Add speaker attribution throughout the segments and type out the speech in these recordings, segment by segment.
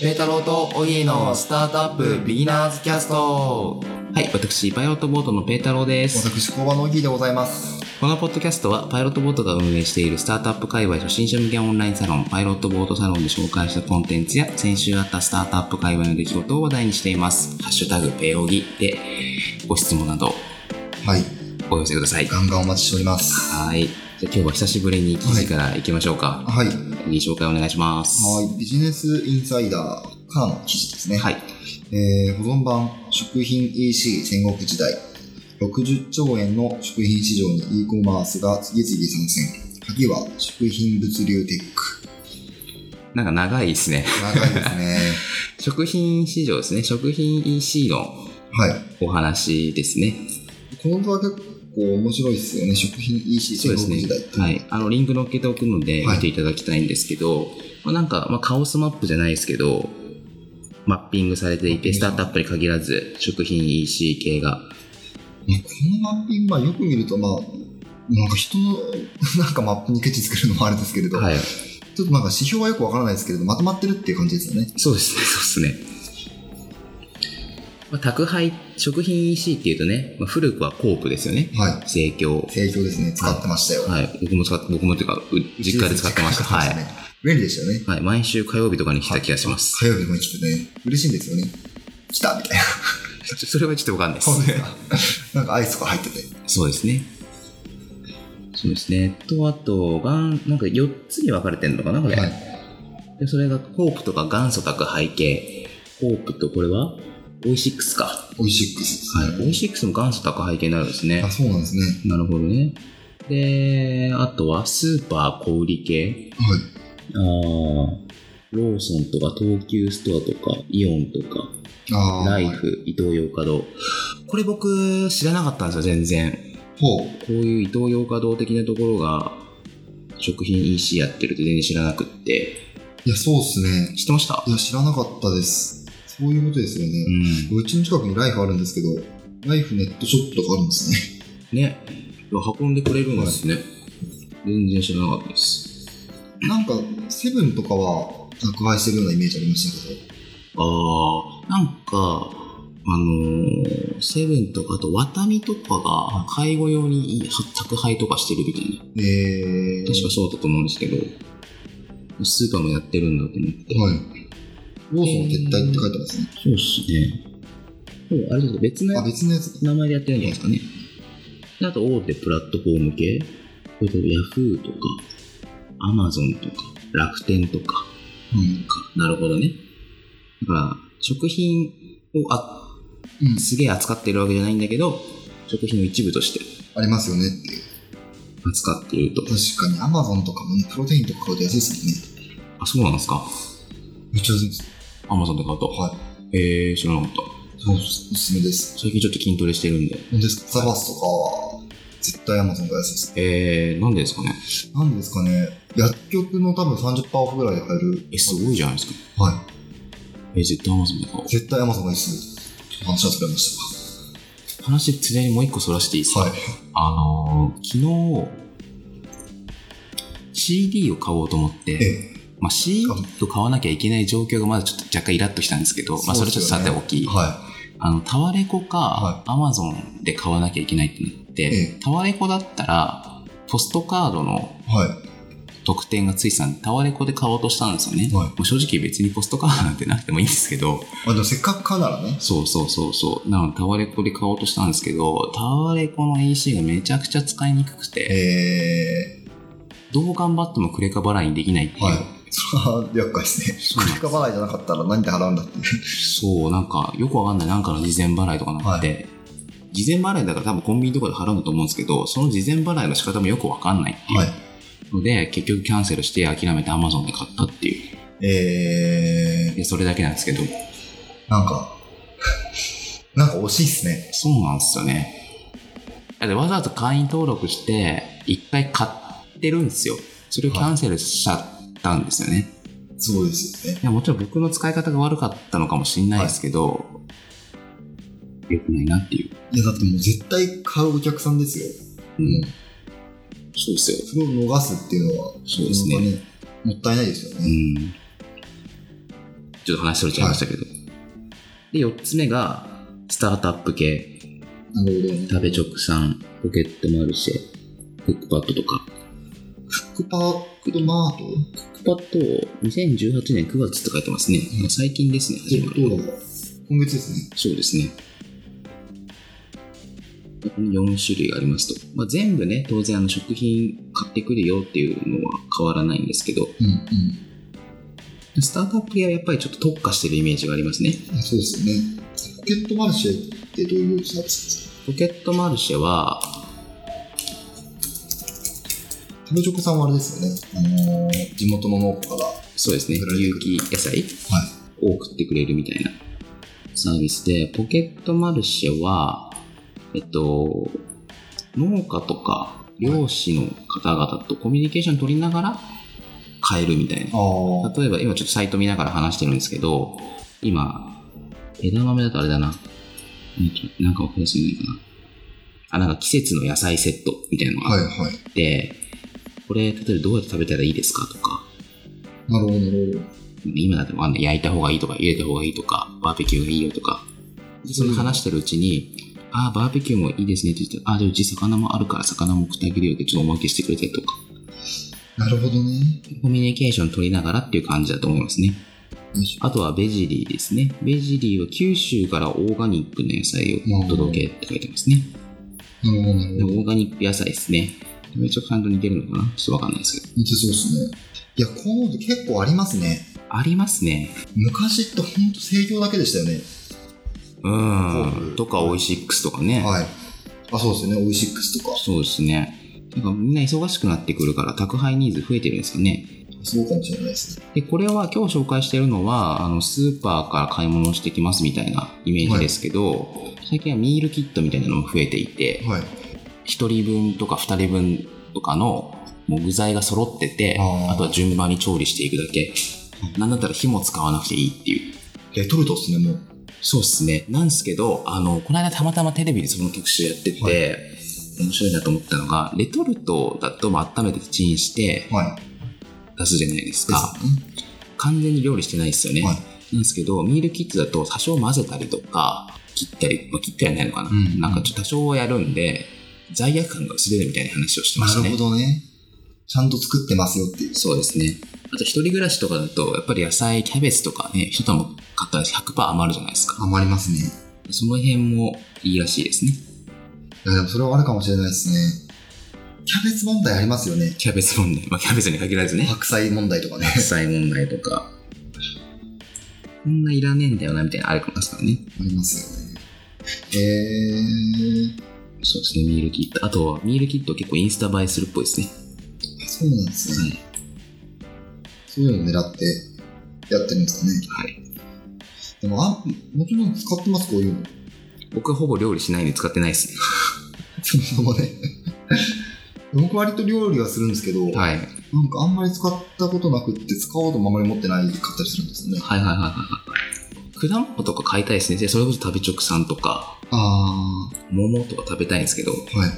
Speaker 1: ペータローとオギーのスタートアップビギナーズキャスト
Speaker 2: はい、私、パイロットボートのペータローです。
Speaker 1: 私工場のオギーでございます
Speaker 2: このポッドキャストは、パイロットボートが運営しているスタートアップ界隈初心者向けオンラインサロン、パイロットボートサロンで紹介したコンテンツや、先週あったスタートアップ界隈の出来事を話題にしています。ハッシュタグ、ペオギで、ご質問など
Speaker 1: はい
Speaker 2: お寄せください。
Speaker 1: ガンガンお待ちしております
Speaker 2: はい。じゃあ今日は久しぶりに記事から行きましょうか。
Speaker 1: はい
Speaker 2: いい紹介お願いします。
Speaker 1: はいビジネスインサイダーからの記事ですね、
Speaker 2: はい。
Speaker 1: えー保存版食品 EC 戦国時代60兆円の食品市場に e コマースが次々参戦鍵は食品物流テック
Speaker 2: なんか長いですね。
Speaker 1: 長いですね
Speaker 2: 食品市場ですね。食品 EC の
Speaker 1: はい
Speaker 2: お話ですね。
Speaker 1: この動画結構面白いですよね食品 EC
Speaker 2: そう
Speaker 1: 戦
Speaker 2: で
Speaker 1: 国時
Speaker 2: すね
Speaker 1: 代って。
Speaker 2: はい。あの、リンク載っけておくので、
Speaker 1: はい
Speaker 2: 見ていただきたいんですけど、まあ、なんか、まあ、カオスマップじゃないですけど、マッピングされていて、スタートアップに限らず、食品 EC 系が。
Speaker 1: まあこのマッピング、まあ、よく見ると、まあ、なんか人の なんかマップにケチつけるのもあれですけれど、
Speaker 2: はい。
Speaker 1: ちょっとなんか指標はよくわからないですけれど、まとまってるっていう感じですよね。
Speaker 2: そうですね、そうですね。まあ、宅配、食品 EC っていうとね、まあ、古くはコープですよね。
Speaker 1: は
Speaker 2: 生協
Speaker 1: い。。提供ですね、使ってましたよ。
Speaker 2: はい。僕も使って、僕もっていうか、う実家で使ってました。
Speaker 1: 実家
Speaker 2: は
Speaker 1: で使って
Speaker 2: い。
Speaker 1: ね便利でしたよね。
Speaker 2: はい。毎週火曜日とかに来た気がします。
Speaker 1: 火曜日も来てね、嬉しいんですよね。来たみたいな。
Speaker 2: それはちょっとわかんない です。
Speaker 1: なんかアイスとか入ってて。
Speaker 2: そうですね。そうですね。と、あと、がん、なんか4つに分かれてんのかな、これ。
Speaker 1: はい。
Speaker 2: でそれが、コープとか元祖宅背景。コープと、これはオイシックスか。は
Speaker 1: オイシックス
Speaker 2: い。オイシックスも元祖宅背景になるんですね
Speaker 1: あ、。そうなんですね。
Speaker 2: なるほどね。で、あとは、スーパー小売系。
Speaker 1: はい。
Speaker 2: あーローソンとか、東急ストアとか、イオンとか、
Speaker 1: あー
Speaker 2: ライ。フ、イトーヨーカドー。これ僕、知らなかったんですよ、全然。
Speaker 1: ほう。
Speaker 2: こういう伊東洋華堂的なところが食品 EC やってるって全然知らなくって
Speaker 1: いや、そうっすね。
Speaker 2: 知ってました
Speaker 1: いや、知らなかったです。そういうことですよね。
Speaker 2: うん
Speaker 1: うちの近くにライフあるんですけど、ライフネットショップとかあるんですね。
Speaker 2: ね運んでくれるんですね、全然知らなかったです
Speaker 1: なんか、セブンとかは宅配してるようなイメージありましたけど。
Speaker 2: ああなんかあのーセブンとかあとワタミとかが介護用にいい宅配とかしてるみたいな
Speaker 1: えー、
Speaker 2: 確かそうだと思うんですけどスーパーもやってるんだと思って
Speaker 1: はい。ローソン撤退って書いてますね。
Speaker 2: そうっすねでもあれですね別のや
Speaker 1: あ、別のやつか。
Speaker 2: 名前でやってるんじゃないですかね。であと大手プラットフォーム系、それとヤフーとか、アマゾンとか、楽天とか、
Speaker 1: うん。
Speaker 2: なるほどね。だから、食品をあ
Speaker 1: うん。
Speaker 2: すげえ扱ってるわけじゃないんだけど、食品の一部として
Speaker 1: ありますよねっていう。
Speaker 2: 扱っていると。
Speaker 1: 確かに、アマゾンとかもね、プロテインとか買うと安いですもんね。
Speaker 2: あ、そうなんですか。
Speaker 1: めっちゃ安いんですよ。
Speaker 2: アマゾンで買うと。
Speaker 1: はい。
Speaker 2: えー、知らなかった。
Speaker 1: そうです。おすすめです。
Speaker 2: 最近ちょっと筋トレしてるんで。
Speaker 1: 本当ですかサバスとかは、絶対アマゾンが安いです。
Speaker 2: えー、なんでですかね。
Speaker 1: なんでですかね、薬局の多分30%オフぐらいで買える。
Speaker 2: え、すごいじゃないですか。
Speaker 1: は
Speaker 2: えー、絶対アマゾンで買おう
Speaker 1: い。。絶対アマゾンがいいです。お話は作れまし
Speaker 2: 話、ついでにもう一個そらしていいです
Speaker 1: た
Speaker 2: か
Speaker 1: はい。
Speaker 2: あのー昨日 CD を買おうと思って、
Speaker 1: え
Speaker 2: まあ、CD を買わなきゃいけない状況がまだちょっと若干イラッとしたんですけど、まあ、
Speaker 1: そ
Speaker 2: そうれ
Speaker 1: で
Speaker 2: ち
Speaker 1: す
Speaker 2: ょ
Speaker 1: よ
Speaker 2: っ
Speaker 1: ね
Speaker 2: とさておき、
Speaker 1: え。は
Speaker 2: あのタワレコか
Speaker 1: は
Speaker 2: Amazon で買わなきゃいけないってなって、
Speaker 1: え
Speaker 2: タワレコだったらポストカードの
Speaker 1: い。はい。
Speaker 2: 特典がついてたんでタワレコで買おうとしたんですよね、
Speaker 1: はい
Speaker 2: もう正直別にポストカードなんてなくてもいいんですけど
Speaker 1: まあでもせっかく買うならね。
Speaker 2: そうそうそうそうなのでタワレコで買おうとしたんですけどタワレコの EC がめちゃくちゃ使いにくくて、
Speaker 1: え
Speaker 2: どう頑張ってもクレカ払いにできないってい
Speaker 1: ー、
Speaker 2: う。
Speaker 1: はい。それは厄介ですね。
Speaker 2: そう
Speaker 1: ク
Speaker 2: な
Speaker 1: レ カ払
Speaker 2: ん
Speaker 1: いじゃなかったら何で払うんだっていう。
Speaker 2: そう、なんか、よくわかんない。なんかの事前払いとかなって、事前払いだから多分コンビニとかで払うんだと思うんですけど、その事前払いの仕方もよくわかんないっていう。
Speaker 1: はい。
Speaker 2: ので、結局キャンセルして諦めて Amazon で買ったっていう。
Speaker 1: え
Speaker 2: で、それだけなんですけど、
Speaker 1: ー、なんか、なんか惜しいっすね。
Speaker 2: そうなんですよね。だってわざわざ会員登録して、一回買ってるんですよ。それをキャンセルしちゃったんですよね。
Speaker 1: そうですよね。
Speaker 2: いや、もちろん僕の使い方が悪かったのかもしれないですけど、良くないなっていう。
Speaker 1: いや、だってもう絶対買うお客さんですよ。
Speaker 2: うん。そうですよ。
Speaker 1: それを逃すっていうのは、
Speaker 2: そうですね
Speaker 1: なんかねもったいないですよ
Speaker 2: う
Speaker 1: ね。
Speaker 2: ん。ちょっと話しれちゃいましたけど。で、4つ目が、スタートアップ系。
Speaker 1: なるほどね。
Speaker 2: 食べ直さん、ポケットもあるし、クックパッドとか。
Speaker 1: クックパックドマート
Speaker 2: クックパッド、2018年9月って書いてますね。最近ですね、始まるの
Speaker 1: どうだろう今月ですね。
Speaker 2: そうですね。4種類ありますと。まあ、全部ね、当然あの食品買ってくるよっていうのは変わらないんですけど、
Speaker 1: うん
Speaker 2: スタートアップ系はやっぱりちょっと特化してるイメージがありますね。
Speaker 1: うん。そうですよね。ポケットマルシェってどういうサービスですか
Speaker 2: ポケットマルシェは、
Speaker 1: 食べチョコさんはあれですよね。あのー地元の農家から。
Speaker 2: そうですね、
Speaker 1: 送られて
Speaker 2: 有
Speaker 1: くる
Speaker 2: 機野菜
Speaker 1: はい。
Speaker 2: を送ってくれるみたいなサービスで、ポケットマルシェは、えっと、農家とか漁師の方々とコミュニケーション取りながら買えるみたいな。
Speaker 1: あ
Speaker 2: 例えば今ちょっとサイト見ながら話してるんですけど、今、枝豆だとあれだな。うんとなんかわかりやすいのないかな。あ、なんか季節の野菜セットみたいなの
Speaker 1: は
Speaker 2: が
Speaker 1: い
Speaker 2: あっ
Speaker 1: はい。
Speaker 2: て、これ、例えばどうやって食べたらいいですかとか、
Speaker 1: なるほど、なるほど。
Speaker 2: 今だとあんね焼いた方がいいとか、茹でた方がいいとか、バーベキューがいいよとか、でそれ話してるうちに、ああ、バーベキューもいいですねって言ったら、ああ、じゃあうち魚もあるから魚も送ってあげるよってちょっとおまけしてくれたりとか、
Speaker 1: なるほどね。
Speaker 2: コミュニケーション取りながらっていう感じだと思いますね。
Speaker 1: よいしょ
Speaker 2: あとはベジリーですね。ベジリーは九州からオーガニックの野菜を届けって書いてますね。
Speaker 1: なるほど、なる
Speaker 2: で
Speaker 1: ほ
Speaker 2: オ
Speaker 1: ど。
Speaker 2: ーガニック野菜ですね。めちゃくちゃんと似てるのかなちょっとわかんないですけど。
Speaker 1: 似てそうですね。いや、こういうの結構ありますね。
Speaker 2: ありますね。
Speaker 1: 昔ってほんと生協だけでしたよね。
Speaker 2: う。
Speaker 1: うんん
Speaker 2: とか、オイシックスとかね。
Speaker 1: はい。あ、そうですよね。オイシックスとか。
Speaker 2: そうですね。なんかみんな忙しくなってくるから宅配ニーズ増えてるんですかね。
Speaker 1: そうかもしれないですね。
Speaker 2: で、これは今日紹介してるのは、あの、スーパーから買い物をしてきますみたいなイメージですけど、最近はミールキットみたいなのも増えていて、
Speaker 1: はい。
Speaker 2: 1人分とか2人分とかのもう具材が揃ってて
Speaker 1: あ
Speaker 2: あ
Speaker 1: ー
Speaker 2: とは順番に調理していくだけなんだったら火も使わなくていいっていう
Speaker 1: レトルトっすね、もう。
Speaker 2: そうっすねなんですけどあのこの間たまたまテレビでその特集やってて、
Speaker 1: は
Speaker 2: 面白いなと思ったのがレトルトだとまあ温めてチンして
Speaker 1: はい。
Speaker 2: 出すじゃないですか
Speaker 1: ですね
Speaker 2: 完全に料理してないですよね、
Speaker 1: はい
Speaker 2: なんですけどミールキットだと多少混ぜたりとか切ったり、まあ、切ってはないのかな、
Speaker 1: うん
Speaker 2: なんかちょっと多少はやるんで罪悪感が薄れるみたいな話をしてましたね
Speaker 1: なるほどね。ちゃんと作ってますよっていう。
Speaker 2: そうですね。あと一人暮らしとかだと、やっぱり野菜、キャベツとかね、一玉買ったら100%余るじゃないですか。
Speaker 1: 余りますね。
Speaker 2: その辺もいいらしいですね。
Speaker 1: いや、でもそれはあるかもしれないですね。キャベツ問題ありますよね。
Speaker 2: キャベツ問題。まあキャベツに限らずね。
Speaker 1: 白菜問題とかね。
Speaker 2: 白菜問題とか。こんないらねえんだよな、みたいなのあるかもですからね。
Speaker 1: ありますよね。え
Speaker 2: そうですね、ミールキット。あとは、ミールキット結構インスタ映えするっぽいですね。
Speaker 1: ー、あそうなんですね。そういうのを狙ってやってるんですかね。
Speaker 2: はい。
Speaker 1: でも、あ、もちろん使ってます、こういうの。
Speaker 2: 僕はほぼ料理しないんで使ってないですね。
Speaker 1: そもそもね。 僕割と料理はするんですけど、
Speaker 2: はい。はい
Speaker 1: なんかあんまり使ったことなくって、使おうともあんまり持ってないかったりするんですよね。
Speaker 2: はいはいはいはい。果物とか買いたいですね。でそれこそ食べ直さんとか、
Speaker 1: あ
Speaker 2: 桃とか食べたいんですけど、
Speaker 1: ー、はい。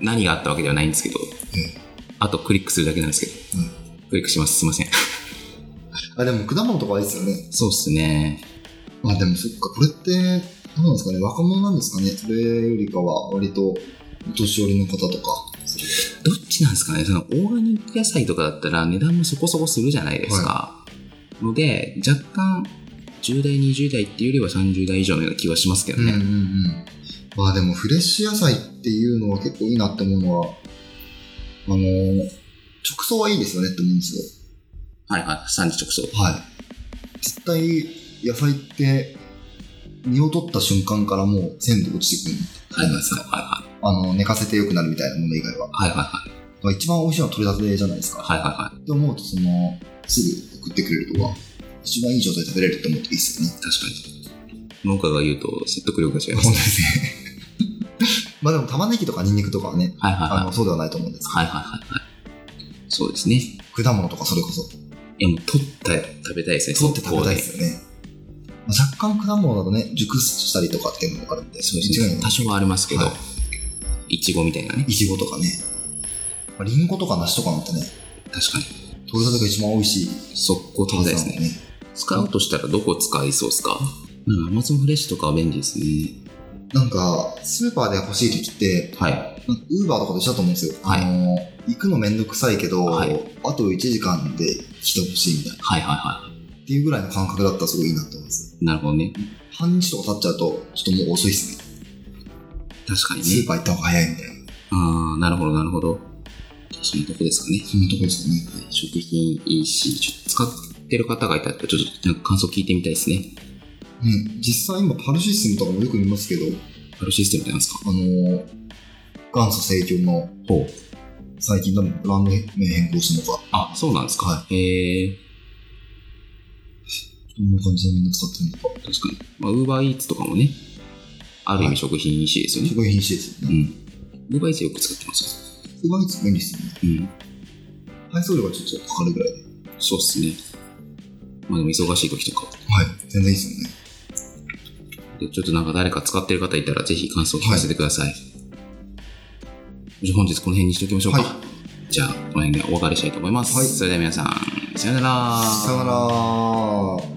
Speaker 2: 何があったわけではないんですけど、
Speaker 1: え
Speaker 2: あとクリックするだけなんですけど、
Speaker 1: うん
Speaker 2: クリックしますすいません
Speaker 1: あ、でも果物とかはいいですよね。
Speaker 2: そうっすね
Speaker 1: まあでもそっか、これって、どうなんですかね、若者なんですかね。それよりかは、割と、お年寄りの方とか。
Speaker 2: どっちなんですかねそのオーガニック野菜とかだったら値段もそこそこするじゃないですか、ので若干10代20代っていうよりは30代以上のような気はしますけどね、
Speaker 1: うんうん。まあでも、フレッシュ野菜っていうのは結構いいなって思うのは、あのー直送はいいですよねって思うんですよ。
Speaker 2: はいはい産地直送
Speaker 1: はい。絶対、野菜って、実を取った瞬間からもう鮮度落ちてくる。
Speaker 2: はいはいは
Speaker 1: あの、寝かせて良くなるみたいなもの以外は。
Speaker 2: いはいはいはい
Speaker 1: だから一番美味しいのは取れたてじゃないですか。
Speaker 2: はいはいはい
Speaker 1: って思うと、その、すぐ送ってくれるとか、一番いい状態で食べれるって思っていいですよね。
Speaker 2: 確かに農家が言うと説得力が違いま
Speaker 1: 本当
Speaker 2: す
Speaker 1: で
Speaker 2: ね
Speaker 1: すね。 まあでも玉ねぎとかニンニクとかはね、
Speaker 2: はいはいはい
Speaker 1: あの、そうではないと思うんです
Speaker 2: はいはいはいはいそうですねい
Speaker 1: けど、果物とかそれこそ、
Speaker 2: やもう取って食べたいですね
Speaker 1: 取って食べたいで
Speaker 2: 速攻
Speaker 1: すよね。まあ若干果物だとね、熟したりとかっていうのもあるんで、
Speaker 2: そうですね。多少はありますけど
Speaker 1: は、
Speaker 2: いちごみたいなね。
Speaker 1: いちごとかね、まあ、リンゴとか梨とかなんてね、
Speaker 2: 確かに。
Speaker 1: 取れたてが一番美味しい
Speaker 2: 速攻食
Speaker 1: は
Speaker 2: べ
Speaker 1: ず
Speaker 2: たい
Speaker 1: な
Speaker 2: で
Speaker 1: のに
Speaker 2: すね。
Speaker 1: ね。
Speaker 2: 使うとしたらどこ使いそうですかなんか Amazon フレッシュとかは便利ですね。
Speaker 1: なんか、スーパーで欲しい時って、
Speaker 2: はい。
Speaker 1: なんかウーバーとかと一緒だと思うんですよ。
Speaker 2: はい
Speaker 1: あの行くのめんどくさいけど、
Speaker 2: はい
Speaker 1: あと1時間で来てほしいみたいな。
Speaker 2: はいはいは
Speaker 1: っていうぐらいの感覚だったらすごいいいなと思います。
Speaker 2: い。なるほどね。
Speaker 1: 半日とか経っちゃうと、ちょっともう遅いっすね。
Speaker 2: 確かに
Speaker 1: ス
Speaker 2: ね
Speaker 1: ー。パー行った方が早いみたいな。
Speaker 2: ああ、なるほどなるほど。そんなとこですかね。
Speaker 1: そんなとこですかね。
Speaker 2: はい食品いいし、ちょっと使ってる方がいたら、ちょっとなんか感想聞いてみたいですね。
Speaker 1: うん、実際今パルシステムとかもよく見ますけど、
Speaker 2: あるシステムってなんですか
Speaker 1: あのー元祖成長の
Speaker 2: ほう。
Speaker 1: 最近多分ブランド名変更したのか、
Speaker 2: あ、そうなんですか。
Speaker 1: は
Speaker 2: へえ
Speaker 1: どんな感じでみんな使ってるのか、
Speaker 2: 確かに。まあ、ウーバーイーツとかもね、ある意
Speaker 1: は
Speaker 2: 味
Speaker 1: い
Speaker 2: 食品 EC ですよね
Speaker 1: す。ごい品種ですよ
Speaker 2: う
Speaker 1: ね。
Speaker 2: ん。ウーバーイーツよく使ってます。
Speaker 1: うまいつ便利ですよね。
Speaker 2: うん。
Speaker 1: 配送料がちょっとかかるぐらいで。
Speaker 2: そうっすね。まあでも忙しい時とか。
Speaker 1: はい、全然いいですよね。
Speaker 2: で、ちょっとなんか誰か使ってる方いたら、ぜひ感想を聞かせてください。じゃあ本日この辺にしておきましょうか。
Speaker 1: は
Speaker 2: じゃあ、この辺でお別れしたいと思います。
Speaker 1: はい
Speaker 2: それでは皆さん、さよなら。
Speaker 1: さよなら。